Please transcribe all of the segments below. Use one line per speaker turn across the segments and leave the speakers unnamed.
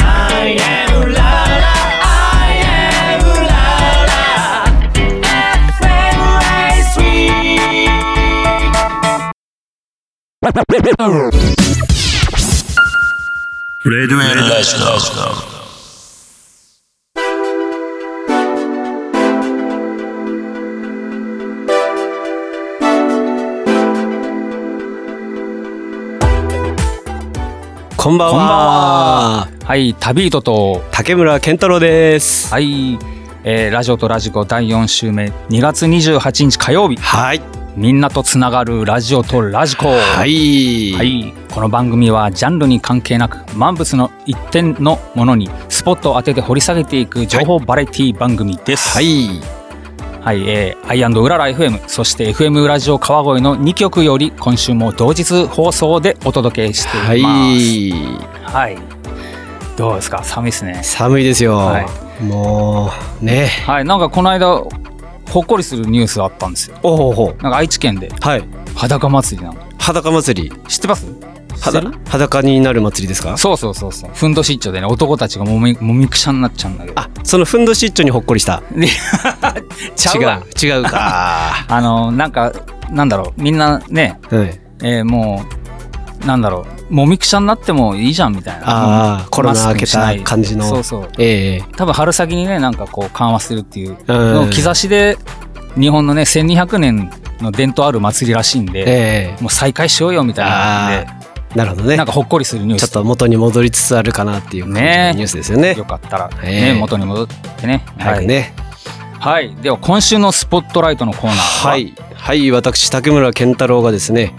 I am la la, I am la la. FM 93.
レドウェルラジ
こんばんは。
はい、旅人と、
竹村健太郎です。
はい、えーラジオとラジコ第4週目、2月28日火曜日、
はい。
みんなとつながるラジオとラジコ。
は
はい。
い。
この番組はジャンルに関係なく万物の一点のものにスポットを当てて掘り下げていく情報バラエティ番組です。
は。い。
はい、えー、アイウララ FM そして FM ラジオ川越の2曲より今週も同日放送でお届けして
はい
ます。
い。
はい、どうですか寒いですね。
寒いですよ。
は
もう、ね。
はい、なんかこの間ほっこりするニュースあったんですよ。
おほほ。
なんか愛知県で
はい。
裸祭りなの。
裸祭り。
知ってます
裸裸になる祭りですか
そうそうそうそう。ふんどし一丁でね、男たちがもみもみくしゃになっちゃうんだけど。
あ、そのふんどし一丁にほっこりした。違
で違うわ。
う。違うか。
あの、なんか、なんだろう、みんなね、
はい。
えーもう、なんだろう、もみくしゃになってもいいじゃんみたいな。
ああ、コロナ明けた感じ
そ
の
う。そう。
ええ。
多分春先にね、なんかこう緩和するっていう
う
の
ん
兆しで、日本のね、1200年の伝統ある祭りらしいんで、
ええ。
もう再開しようよみたいな
あ
感
あ。なるほど
じで、
ね
なん。かほっこりするニュー
ちょっ
ス。
と元に戻りつつあるかなっていう感じの
ね
ニュースですよね
よ。かったら、
え
ね
え、
元に戻ってね。
早
は
く
い。
ね。
はい。では、今週のスポットライトのコーナーは。
はい、はい、私竹村健太郎がですね、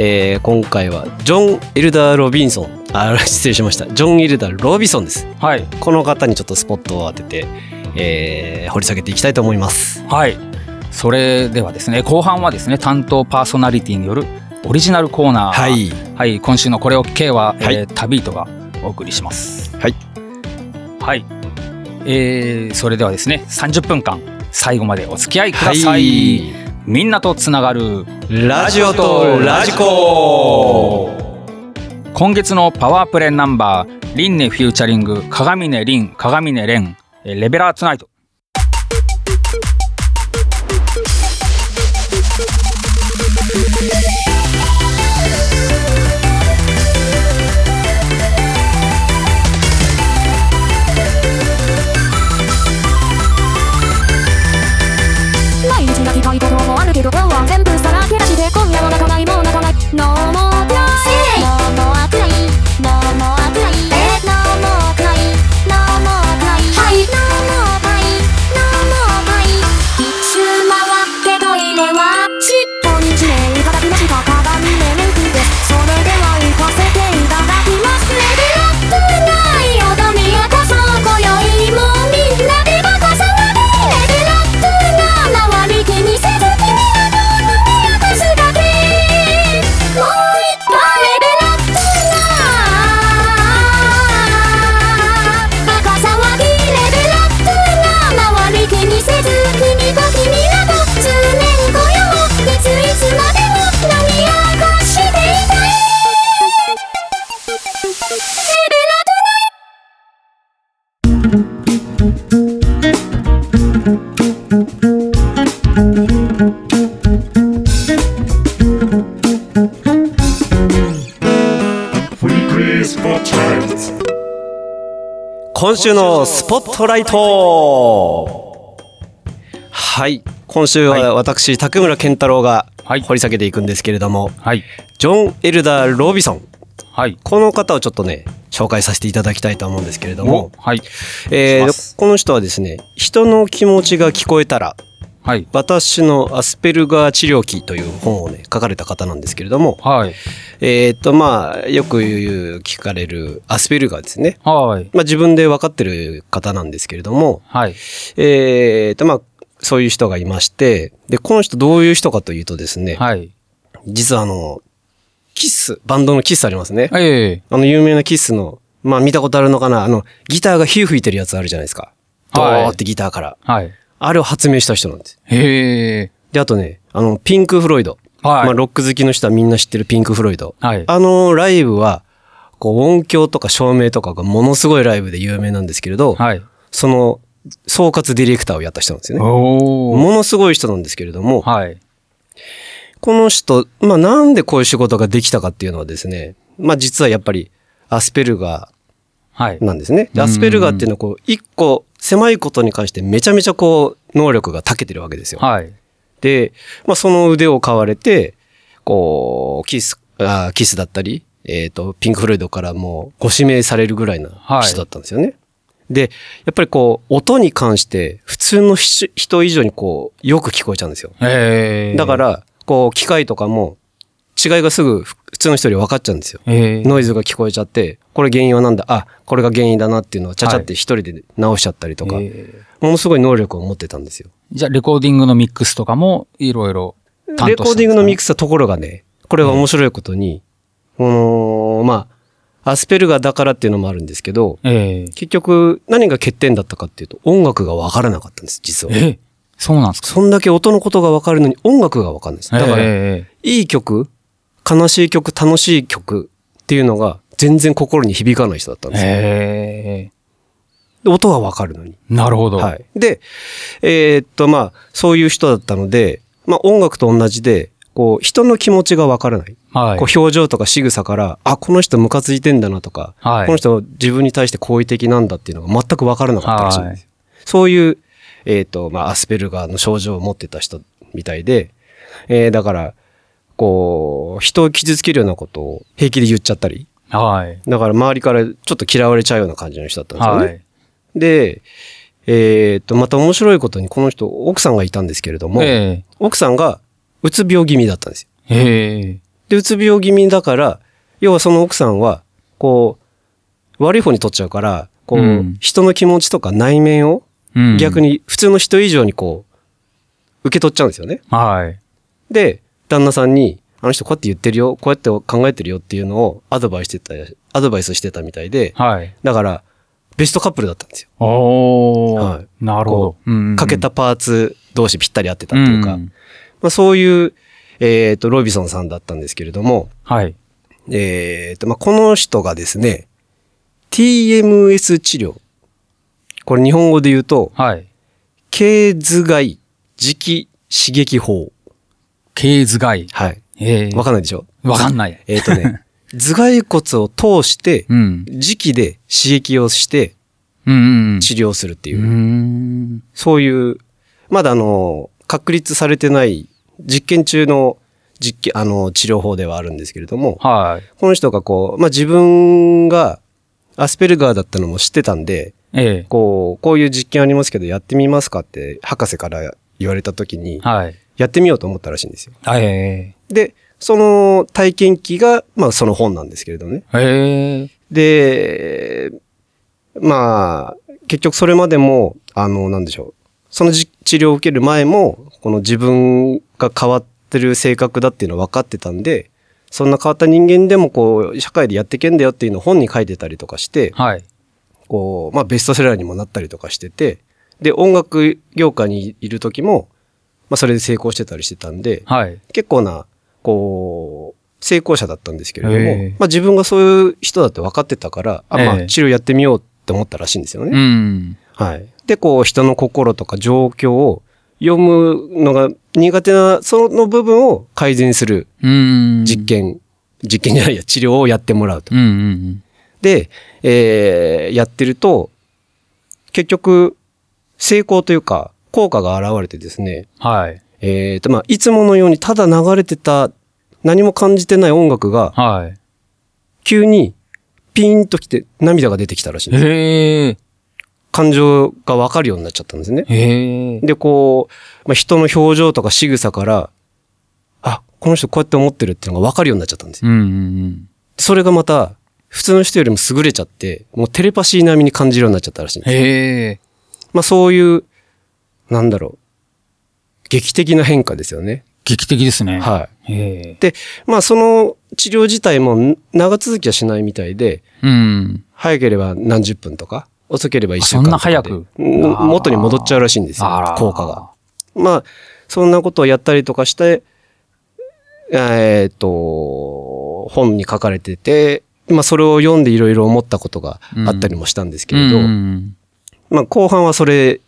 えー今回はジョン・エルダー・ロビンソンあ失礼しましたジョン・エルダー・ロビソンです
はい。
この方にちょっとスポットを当てて、えー掘り下げていきたいと思います
はい。それではですね、後半はですね、担当パーソナリティによるオリジナルコーナー。
はい
はい、今週のこれを K は、
はい
えー旅人がお送りします。
はい。
はい。えーそれではですね、30分間最後までお付き合いくださ。
はいい
みんなとつながる
ラジオとラジコ
今月のパワープレイナンバー、リンネフューチャリング、鏡根リン、鏡根レン、えーレベラーツナイト。
毎日泣きたいこともあるけど今日は全部さらけ出して今夜も泣かないもう泣かない No more cry No more cry No more cry No more cry No more cry はい No more cry No more cry 一周回ってトイレは尻尾に地面いただきました鏡に目についてそれでは行かせていただきますレベルアップない踊りをこそ今宵もみんなでバカさなでレベルアップな周り気にせず君はどうぞ見渡すだけもう一歩レベルアップなバカ騒ぎレベルアップな周り気にせず君と君など数年後よいついつまでも何を起こしていたい
今週のスポットライトはい今週は私、竹村健太郎が
はい
掘り下げていくんですけれども、
はい。
ジョン・エルダー・ロビソン
はい。
この方をちょっとね、紹介させていただきたいと思うんですけれども、
はい。
え
しま
ー
す
この人はですね、人の気持ちが聞こえたら、
はい。
私のアスペルガー治療記という本をね、書かれた方なんですけれども、
はい。
えーっと、まあ、よく言う、聞かれるアスペルガーですね。
はい。
まあ、自分で分かってる方なんですけれども、
はい。
えーっと、まあ、そういう人がいまして、で、この人どういう人かというとですね、
はい。
実はあの、キス、バンドのキスありますね。
ええ
あの、有名なキスの、まあ見たことあるのかなあの、ギターが火吹いてるやつあるじゃないですか。ド
はい
ーってギターから。
はい。
あれを発明した人なんです。
ええ
で、あとね、あの、ピンク・フロイド。
はい
まあ、ロック好きの人はみんな知ってるピンク・フロイド。
はい
あの、ライブは、こう音響とか照明とかがものすごいライブで有名なんですけれど、
はい。
その総括ディレクターをやった人なんですよね。
お
ものすごい人なんですけれども、
はい。
この人、まあなんでこういう仕事ができたかっていうのはですね、まあ実はやっぱりアスペルガ
はい
ー。なんですね。でアスペルガーっていうのはこう、一個狭いことに関してめちゃめちゃこう、能力が長けてるわけですよ。
はい。
で、まあ、その腕を買われて、こう、キス、あキスだったり、えっ、と、ピンク・フロイドからもうご指名されるぐらいな
はい
人だったんですよね。で、やっぱりこう、音に関して、普通の人人以上にこう、よく聞こえちゃうんですよ。
えー。
だか、ら、こう、機械とかも、違いがすぐふ普通の人より分かっちゃうんですよ。
えー。
ノイズが聞こえちゃって、これ原因はなんだあ、これが原因だなっていうのは、ちゃちゃって一人で直しちゃったりとか、
えー
ものすごい能力を持ってたんですよ。
じゃあ、レコーディングのミックスとかも、いろいろ担
レ
当
コーディングのミックスはところがね、これは面白いことに、この、まあ、アスペルガーだからっていうのもあるんですけど、
ス。えー。
結局何が欠点だったかっていうと音楽がわからなかったんです、実
え
は。
ーそうなんですか
そんだけ音のことがわかるのに音楽がわかんないです。だから、い
え
い曲、悲しい曲、楽しい曲っていうのが全然心に響かない人だったん
ー
ですよ。
え
で音はわかるのに。
ーなるほど。
はい。で、えーっと、まあ、そういう人だったので、まあ、音楽と同じで、こう、人の気持ちがわからない。
はい。
こう表情とか仕草から、あ、この人ムカついてんだなとか、
はい
この人自分に対して好意的なんだっていうのが全く分からなかったらしいんですよ。そういう、えっ、と、まあ、アスペルガーの症状を持ってた人みたいで、えーだから、こう、人を傷つけるようなことを平気で言っちゃったり、
はい。
だから周りからちょっと嫌われちゃうような感じの人だったんですよね。
はい。
で、えっ、と、また面白いことにこの人、奥さんがいたんですけれども、
え
奥さんがうつ病気味だったんですよ。
ーえ
で、うつ病気味だから、要はその奥さんは、こう、悪い方に取っちゃうから、こう、
うん
人の気持ちとか内面を
ーうん
逆。に普通の人以上にこう、受け取っちゃうんですよね。
はい。
で、旦那さんに、あの人こうやって言ってるよ、こうやって考えてるよっていうのをアドバイスしてた、アドバイスしてたみたいで、
はい。
だから、ベストカップルだったんですよ。
お
は
ー。なるほど
こ。
うんうんうん
欠けたパーツ同士ぴったり合ってたっていうか、
ん
まあ、そういう、えっ、と、ロビソンさんだったんですけれども、
はい。
えーと、まあ、この人がですね、TMS 治療。これ日本語で言うと、
はい。
経頭蓋磁気刺激法。
経頭蓋。
はい。
ええ。
わ
わ
かんないでしょ
かんない。
えーと ね、頭蓋骨を通して、
うん。
磁気で刺激をして
うんうんうん。
治療するっていうう、
ーん。
そういう、まだあの、確立されてない実験中の実験、あの、治療法ではあるんですけれども、
はい。
この人がこう、まあ、自分がアスペルガーだったのも知ってたんで、
え
こう、こういう実験ありますけど、やってみますかって、博士から言われた時
え。
に、
はい。
やってみようと思ったらしいんですよ。
あえ
で、その体験記が、まあその本なんですけれどもね。
え。ええ。
で、まあ、結局それまでも、あの、なんでしょう。そのじ治療を受ける前も、この自分が変わってる性格だっていうのは分かってたんで、そんな変わった人間でもこう、社会でやってけんだよっていうのを本に書いてたりとかして、
はい。
こう、まあベストセラーにもなったりとかしてて、で、音楽業界にいる時も、まあそれで成功してたりしてたんで、
はい。
結構な、こう、成功者だったんですけれども、
ええ
まあ自分がそういう人だって分かってたから、あ、ま
ええ
あ治療やってみようって思ったらしいんですよね。
うん。
はい。で、こう人の心とか状況を読むのが苦手な、その部分を改善する
うん。
実。験、実験じゃないや、治療をやってもらうと
うんうん
で、えーやってると、結局、成功というか、効果が現れてですね、
うん。はい。
えーと、まあ、いつものようにただ流れてた、何も感じてない音楽が、
はい。
急に、ピーンときて涙が出てきたらしいんです。
ええ。
感情がわかるようになっちゃったんですね。
ええ。
で、こう、まあ、人の表情とか仕草から、あ、この人こうやって思ってるっていうのがわかるようになっちゃったんですよ。
うんうん
それがまた、普通の人よりも優れちゃって、もうテレパシー並みに感じるようになっちゃったらしいんです
うん。ええ。
まあそういう、なんだろう、劇的な変化ですよね。
劇的ですね。。
はい
え
い。で、まあその治療自体もん長続きはしないみたいで、
え。うん。
早ければ何十分とか、遅ければ一週間とかで。
あそんな早く
うん
あー
元に戻っちゃうらしいんです
あ
よ
ら、
効果が。まあ、そんなことをやったりとかして、えーっと、本に書かれてて、まあ、それを読んでいろいろ思ったことがあったりもしたんですけれど、
うん
まあ、後半はそれ、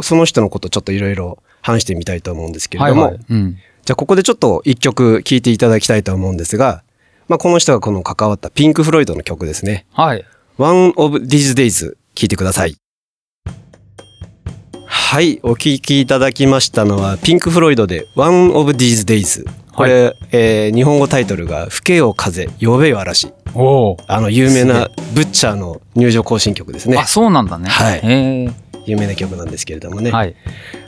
その人のことちょっといろいろ話してみたいと思うんですけれ
はい
ども、
はい。うん
じゃあここでちょっと一曲聴いていただきたいと思うんですが、まあ、この人がこの関わったピンク・フロイドの曲ですね。
はい。
One of These Days 聴いてください。はい、お聴きいただきましたのはピンク・フロイドで One of These Days。これ、えー日本語タイトルが「吹けよ風呼べよ嵐
おお」。
あの有名なブッチャーの入場行進曲ですね
あ、そうなんだね。
はい
へ
有名な曲なんですけれども
え。
ね
はい。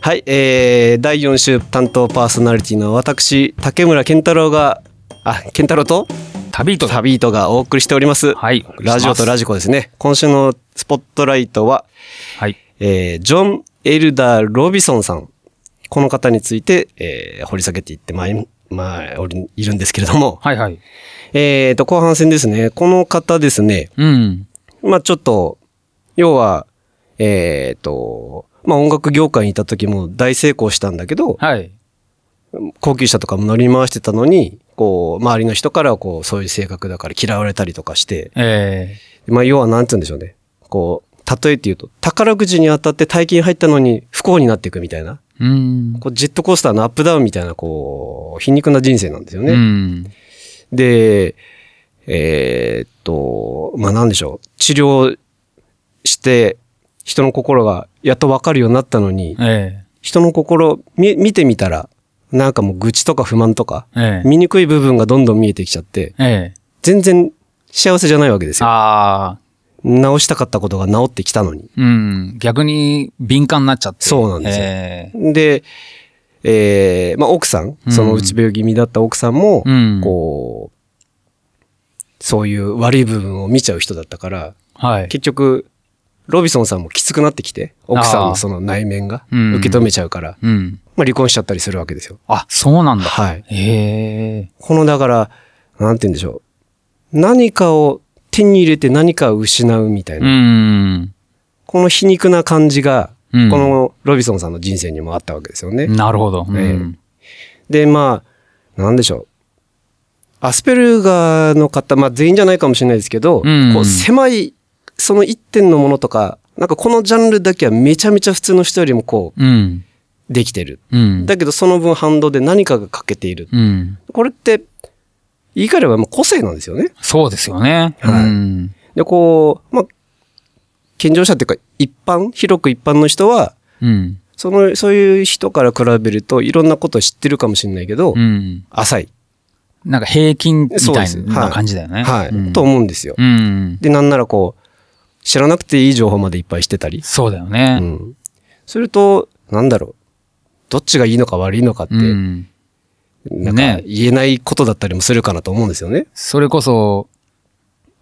はい、えー、第4週担当パーソナリティの私竹村健太郎があ健太郎と
旅と
サビートがお送りしております、
はい。
ラジオとラ
ジ
ジコですね今週のスポットライトは、
オ。はい。
えージョン・エルダー・ロビソンさんこの方について、えー掘り下げていってまい,、まあ、おりいるんですけれども、
はいはい。
えー、と後半戦ですねこの方ですね
うん。
まあちょっと、要は、えっ、と、まあ音楽業界にいた時も大成功したんだけど、
はい。
高級車とかも乗り回してたのに、こう、周りの人からこう、そういう性格だから嫌われたりとかして、
え
まあ要はなんて言うんでしょうね。こう、例えて言うと、宝くじに当たって大金入ったのに不幸になっていくみたいな、
ー。うん。
こうジェットコースターのアップダウンみたいな、こう、皮肉な人生なんですよね。
うん。
で、えーっと、まあ、なんでしょう。治療して、人の心がやっとわかるようになったのに、
え
人の心、み、見てみたら、なんかもう愚痴とか不満とか、
え。ええ。
醜い部分がどんどん見えてきちゃって、
え
全然幸せじゃないわけです
え。
よ。
ああ。
治したかったことが治ってきたのに。
うん。逆に敏感になっちゃって。
そうなんですよ
ええ。
で、えー、まあ、奥さん、
うん
そのうつ病気味だった奥さんも、
うん
こう、そういう悪い部分を見ちゃう人だったから、
はい。
結局、ロビソンさんもきつくなってきて、奥さん
あー
のその内面が
うん
受け止めちゃうから、
うん。
まあ離婚しちゃったりするわけですよ。
あ、そうなんだ。
はい。
へえ。
このだから、なんて言うんでしょう。何かを手に入れて何かを失うみたいうな、
ん。
この皮肉な感じが、
うん
このロビソンさんの人生にもあったわけですよね。
なるほど。うん
ええで、まあ、なんでしょう。アスペルガーの方、まあ全員じゃないかもしれないですけど、
うん
こう狭い、その一点のものとか、なんかこのジャンルだけはめちゃめちゃ普通の人よりもこ
うん。
う、できてる。
うん。
だけどその分反動で何かが欠けている。
うん。
これって、言い換えればまあ個性なんですよね。
そうですよね。
はい
うん。
で、こう、まあ、健常者っていうか一般、広く一般の人は、
うん。
その、そういう人から比べるといろんなことを知ってるかもしれないけど、
うん。
浅い。
なんか平均み
そう
た
で
い
す
な
はい
感じだよね。
はい。
うん
と思うんですよ。
うん。
で、なんならこう、知らなくていい情報までいっぱいしてたり。
そうだよ
う
ね。
ん。すると、なんだろう。どっちがいいのか悪いのかって、
うん。
なん
ね
か言えないことだったりもするかなと思うんですよね。
それこそ、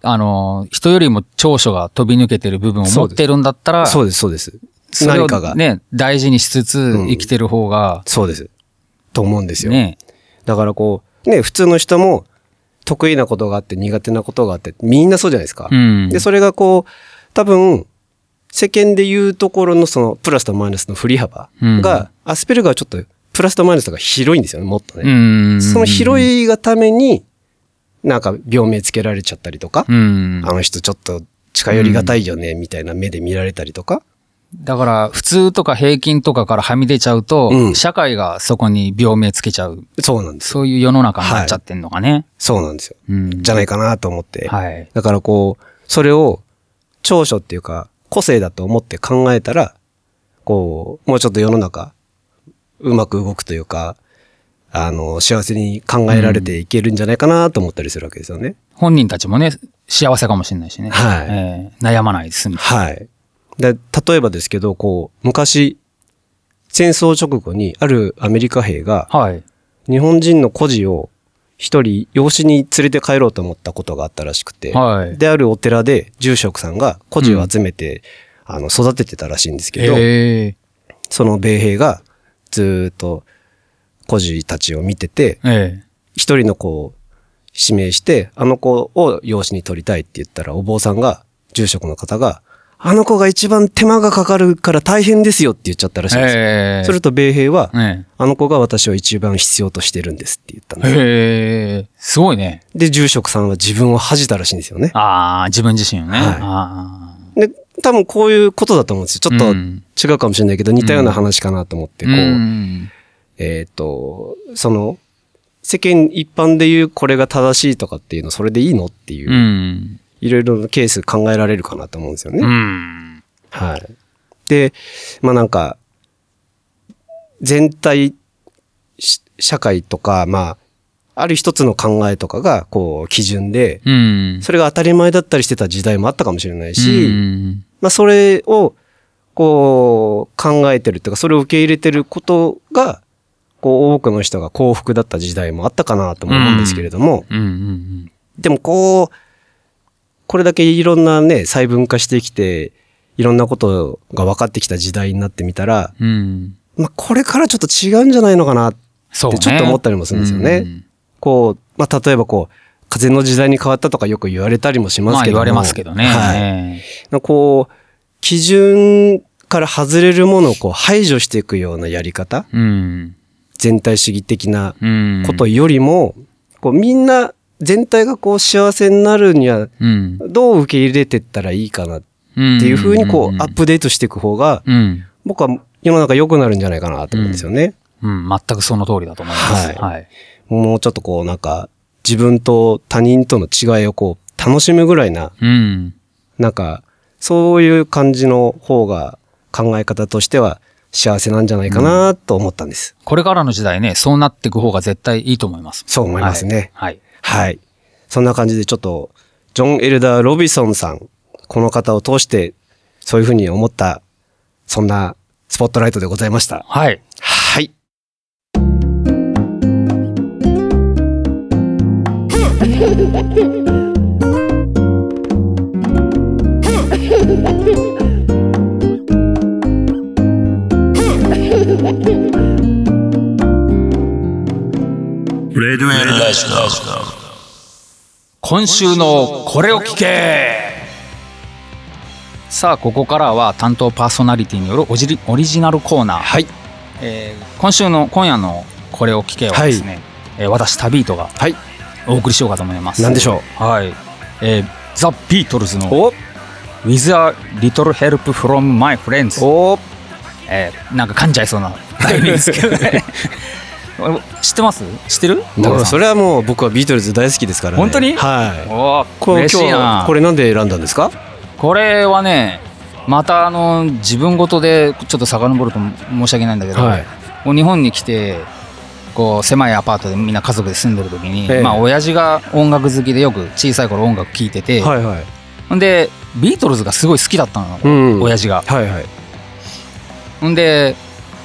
あの、人よりも長所が飛び抜けてる部分を持ってるんだったら、
そうです、そうです。
それ
何
を
かが。
ね、大事にしつつ
ん
生きてる方が、
そうです。と思うんですよ。
ね、
だからこう、ね、普通の人も得意なことがあって苦手なことがあって、みんなそうじゃないですか。
うん。
で、それがこう、多分、世間で言うところのそのプラスとマイナスの振り幅が、アスペルガーはちょっとプラスとマイナスが広いんですよね、もっとね。
うん。
その広いがために、なんか病名つけられちゃったりとか、
うん。
あの人ちょっと近寄りがたいよね、みたいな目で見られたりとか、
だから、普通とか平均とかからはみ出ちゃうと、
うん
社会がそこに病名つけちゃう。
そうなんですよ。
そういう世の中になっちゃってんのかね。
そうなんですよ。
うん。
じゃないかなと思って。
はい。
だからこう、それを長所っていうか、個性だと思って考えたら、こう、もうちょっと世の中、うまく動くというか、あの、幸せに考えられていけるんじゃないかなと思ったりするわけですよね。
本人たちもね、幸せかもしれないしね。
はい
えー悩まないで済む。
はい。で、例えばですけど、こう、昔、戦争直後にあるアメリカ兵が、
はい。
日本人の孤児を一人養子に連れて帰ろうと思ったことがあったらしくて、
はい
であるお寺で住職さんが孤児を集めて、あの育ててたらしいんですけど、
え
その米兵がずーっと孤児たちを見てて
え、え
一人の子を指名して、あの子を養子に取りたいって言ったら、お坊さんが、住職の方が、あの子が一番手間がかかるから大変ですよって言っちゃったらしいんですよ。
ええ
すると米兵は、
え
あの子が私を一番必要としてるんですって言ったん
え
です。
へえすごいね。
で、住職さんは自分を恥じたらしいんですよね。
ああ、自分自身をね。
はい
ああ
で、多分こういうことだと思うんですよ。ちょっと
うん
違うかもしれないけど、似たような話かなと思って、こう、
うん
えっ、と、その、世間一般で言うこれが正しいとかっていうの、それでいいのっていうう、
ん。
いろいろなケース考えられるかなと思うんですよね。
うん。
はい。で、まあなんか、全体、し社会とか、まあ、ある一つの考えとかが、こう、基準で、
うん。
それが当たり前だったりしてた時代もあったかもしれないし、
うん
まあそれを、こう、考えてるっていうか、それを受け入れてることが、こう、多くの人が幸福だった時代もあったかなとも思うんですけれども、
うんうん
でもこう、これだけいろんなね、細分化してきて、いろんなことが分かってきた時代になってみたら、
うん。うん。
まあ、これからちょっと違うんじゃないのかな。
そうね。
ちょっと思ったりもするんですよね
うん
こう、まあ、例えばこう、風の時代に変わったとかよく言われたりもしま
ますあ
け
言
ども。
われますけどね。
はい。
え
こう、基準から外れるものをこう排除していくようなやり方、
えうん。
全体主義的な
うん。
ことよりも、こうみんな全体がこう幸せになるには
うん。
どう受け入れてったらいいかなって
って
いうふうにこうアッ。プデートしていく方が、
うん。
僕は世の中良くなるんじゃないかなと思うんですよね。
うん。全くその通りだと思います。
はい
はい。
もうちょっとこうなんか自分と他人との違いをこう楽しむぐらいな
うん。
なんか、そういう感じの方が考え方としては幸せなんじゃないかなと思ったんです。
これからの時代ね、そうなっていく方が絶対いいと思います。
そう思いますね
はい。
はい。そんな感じでちょっと、ジョン・エルダー・ロビソンさん、この方を通して、そういうふうに思った、そんなスポットライトでございました。
はい。はい
はい。
レデュエルラジオ
今週のこれを聞けさあ、ここからは担当パーソナリティによるオジリオリジナルコーナー。
はい。
えー今週の、今夜のこれを聞けはですね、えー私、タビートが
はい。
お送りしようかと思います。
何でしょ
うはい。えーザ・ビートルズの
お
With a Little Help from My Friends。
お
えーなんか噛んじゃ いそうな 題名ですけどね知ってます知ってる
だから
さ
そ
ん
れはもう僕はビートルズ大好きですからね。
本当に
はい。
おー
これ
嬉
今
しいな
日、これなんで選んだんですか
これはねまたあの自分ごとでちょっと遡ると申し訳ないんだけど、
はい
こう日本に来てこう狭いアパートでみんな家族で住んでる時に、
ええ
まあ親父が音楽好きでよく小さい頃音楽聴いてて、
はいはい。
ほんでビートルズがすごい好きだったの、
うん。
親父が。
はいはい。
ほんで、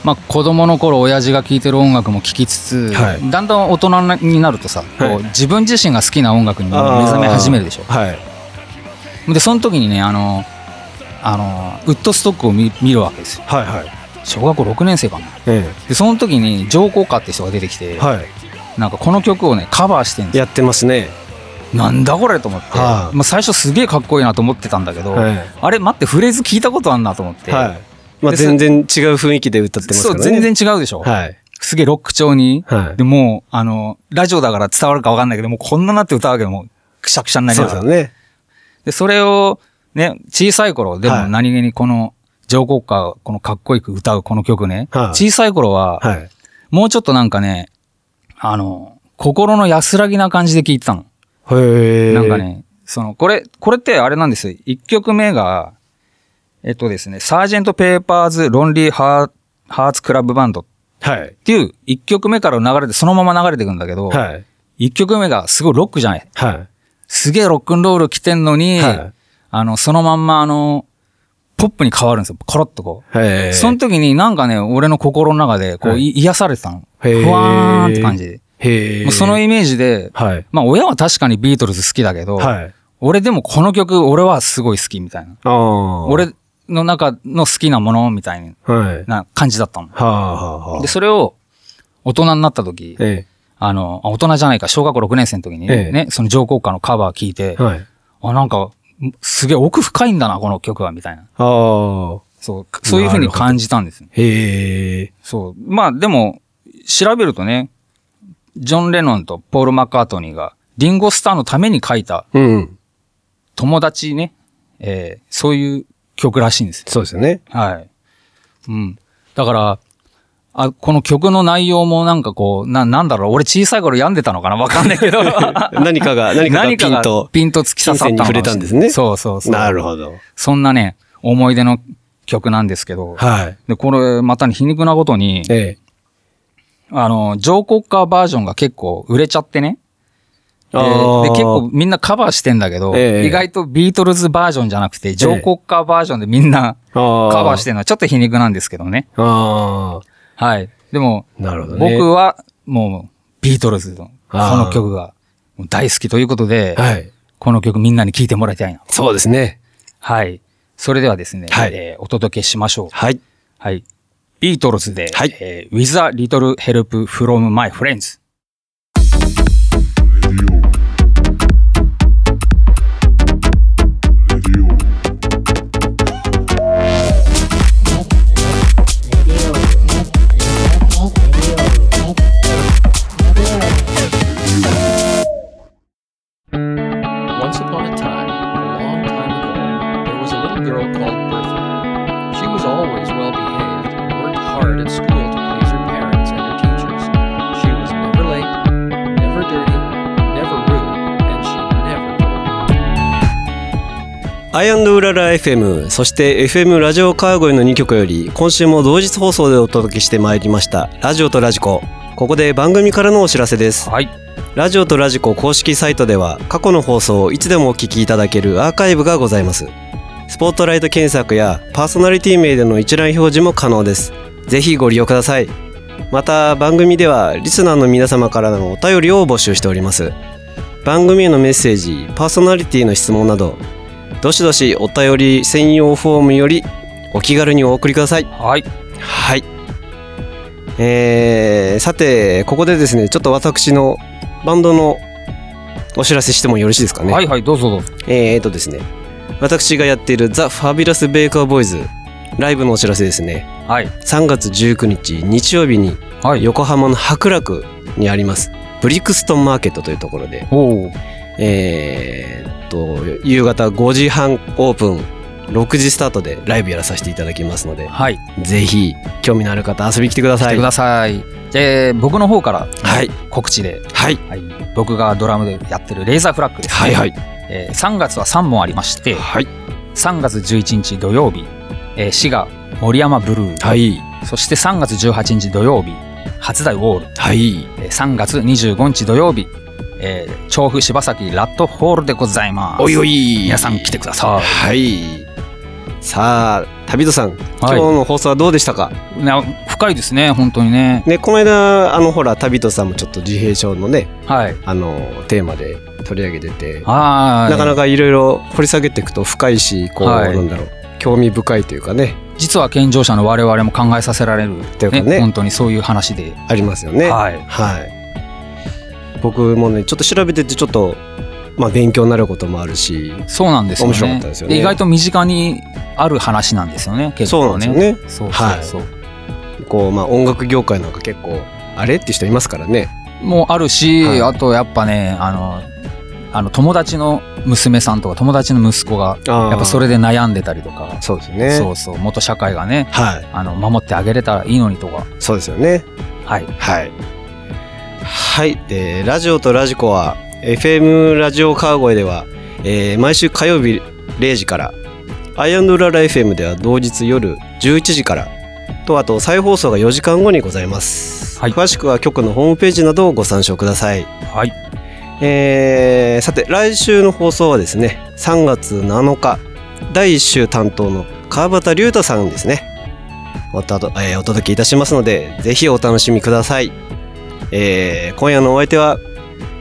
まあ、子供の頃親父が聴いてる音楽も聴きつつ、
はい
だんだん大人になるとさ、こう
はい
自分自身が好きな音楽に目覚め始めるでしょ
はい。
でその時にねあのあのウッドストックを見見るわけですよ
はいはい。
小学校6年生かな
え
でその時に上皇歌って人が出てきて、
え。はい。
なんかこの曲をねカバーしてんですよ
やってますね。
なんだこれと思って、
はあ
まあ、最初すげえかっこいいなと思ってたんだけど、
はい
あれ待ってフレーズ聞いたことあんなと思って、
はい。まあ、
で
全然違う雰囲気で歌ってます
そ
か
う
らね。
全然違うでしょ、
はい。
すげえロック調に、
はい
でもうあのラジオだから伝わるかわかんないけどもうこんななって歌うわけでもうくしゃくしゃになり
そ
な
うで
が
す
ら
よね。
で、それを、ね、小さい頃、で
は
も
い
何気にこの、上皇歌、このかっこよく歌うこの曲ね、
はい
小さい頃は、
はい。
もうちょっとなんかね、あの、心の安らぎな感じで聴いてたの。
へえ。
なんか。ね、その、これ、これってあれなんですよ。一曲目が、えっとですね、サージェント・ペーパーズ・ロンリー・ハーハーツ・クラブ・バンドっ
はい。
ていう一曲目から流れて、そのまま流れていくんだけど、一、
はい。
曲目がすごいロックじゃない
は
すげえロックンロール着てんのに、
はい
あの、そのまんまあの、ポップに変わるんですよ。コロッとこう。
い。へえ。
その時になんかね、俺の心の中で、こう、
はい
い癒されてたの。ふ
へー
わーんって感じで。
へえ。
もうそのイメージで、
はい。
まあ親は確かにビートルズ好きだけど、
はい。
俺でもこの曲、俺はすごい好きみたいな。
ああ。。
俺の中の好きなものみたい
はい。は
な感じだったの。
あはあはあ。
で、それを大人になった時、
え
あの、あ大人じゃないか、小学校6年生の時にね、
ええ
ねその上皇歌のカバー聞いて、
え。はい。
あ、なんか、すげえ奥深いんだな、この曲は、みたいな。
ああ。
そう、そういうふうに感じたんですね。
へえ。
そう。まあでも、調べるとね、ジョン・レノンとポール・マッカートニーが、リンゴスターのために書いた
うん。
友達ね、えーそういう曲らしいんですよ。
そうですよね。
はい。うん。だから、あ、この曲の内容もなんかこう、な、なんだろう、俺小さい頃病んでたのかなわかんない けど。
何かが、何かがピンと。
ピンと突き刺さったのか
金銭に
もし
触れたんですね
そうそうそう。
なるほど。
そんなね、思い出の曲なんですけど。
はい。
で、これ、またね、皮肉なことに、
ええ。
あの、上国歌バージョンが結構売れちゃってね。でで
ああ
結構みんなカバーしてんだけど、
ええ
意外とビートルズバージョンじゃなくて、上国歌バージョンでみんな
あ
カバーしてるのはちょっと皮肉なんですけどね。
あ
はい。でも、
あ。なるほどね。
僕はもうビートルズのこ
あー
の曲がもう大好きということで、
はい。
この曲みんなに聴いてもらいたいな。
そうですね。
はい。それではですね、
はい
えーお届けしましょう。
はい。
はい。ビートルズで、
はい
えー With a Little Help from My Friends。
Once upon a time, a long time ago, there was a little girl called Bertha. She was always well behaved and worked hard at school to please her parents and her teachers. She was never late, never dirty, never rude, and she never told.
アイアンドウララ FM、そして FM ラジオ川越の2曲より、今週も同日放送でお届けしてまいりました、ラジオとラジコ。ここで番組からのお知らせです。
はい。
ラジオとラジコ公式サイトでは過去の放送をいつでもお聞きいただけるアーカイブがございます。スポットライト検索やパーソナリティ名での一覧表示も可能です。ぜひご利用ください。また番組ではリスナーの皆様からのお便りを募集しております。番組へのメッセージ、パーソナリティの質問など、どしどしお便り専用フォームよりお気軽にお送りください。
はい。
はい。えー、さて、ここでですね、ちょっと私のバンドのお知らせしてもよろしいですかね。
はいはい、どうぞどうぞ。
えーとですね、私がやっている The Fabulous Baker Boys ライブのお知らせですね。
はい。
3月19日日曜日に
はい。
横浜の白楽にあります、ブリクストンマーケットというところで、
おー
えーっと、夕方5時半オープン、6時スタートでライブやらさせていただきますので、
はい。
ぜひ興味のある方遊びに来てくだ
来
さ
て
い
く。ださい。で、僕の方から、
はい
告知で、
はい。
はい、僕がドラムでやってるレーザーフラッグです、
はいはい。
えー3月は3本ありまして、
はい。
3月11日土曜日、えー滋賀森山ブルー、
はい。
そして3月18日土曜日、初台ウォール、
はい。
えー3月25日土曜日、えー調布柴崎ラットホールでございます。
おいおい。
皆さん来てください
はい。さあ、旅人さん、今日の放送はどうでしたか、
な深いですね、本当にね。
ね、この間、あの、ほら、旅人さんもちょっと自閉症のね、
はい。
あの、テーマで取り上げてて、
はい。
なかなかいろいろ掘り下げていくと深いし、こう、
はい
なんだろう、興味深いというかね、
実は健常者の我々も考えさせられる、
ていうか
ね
ね
本当にそういう話で、
ありますよね。
はい、
はい。僕もね、ちょっと調べてて、ちょっと、まあ、勉強になることもあるし、
そうなんですよね
面白かったですよね
意外と身近にある話なんですよね結
そうな
構
んで
ね
すよね。
そう
は
そ
いう
そう、
こう、まあ、音楽業界なんか結構、あれって人いますからね。
もうあるし、
はい
あとやっぱねあのあの友達の娘さんとか友達の息子が
あー
やっぱそれで悩んでたりとか、
そうですよね。
そうそう元社会がね
はい。
あの守ってあげれたらいいのにとか
そうですよね。
はい
はい。はい。で、ラジオとラジコは、FM ラジオ川越では、えー毎週火曜日0時から、アイアンドララ FM では同日夜11時から、と、あと再放送が4時間後にございます。
はい
詳しくは局のホームページなどをご参照ください。
はい
えーさて来週の放送はですね3月7日第1週担当の川端龍太さんですねおたど、えーお届けいたしますのでぜひお楽しみください、えー今夜のお相手は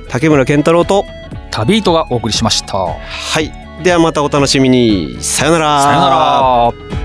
竹村健太郎と
旅人がお送りしました
はいではまたお楽しみにさよなら
さよなら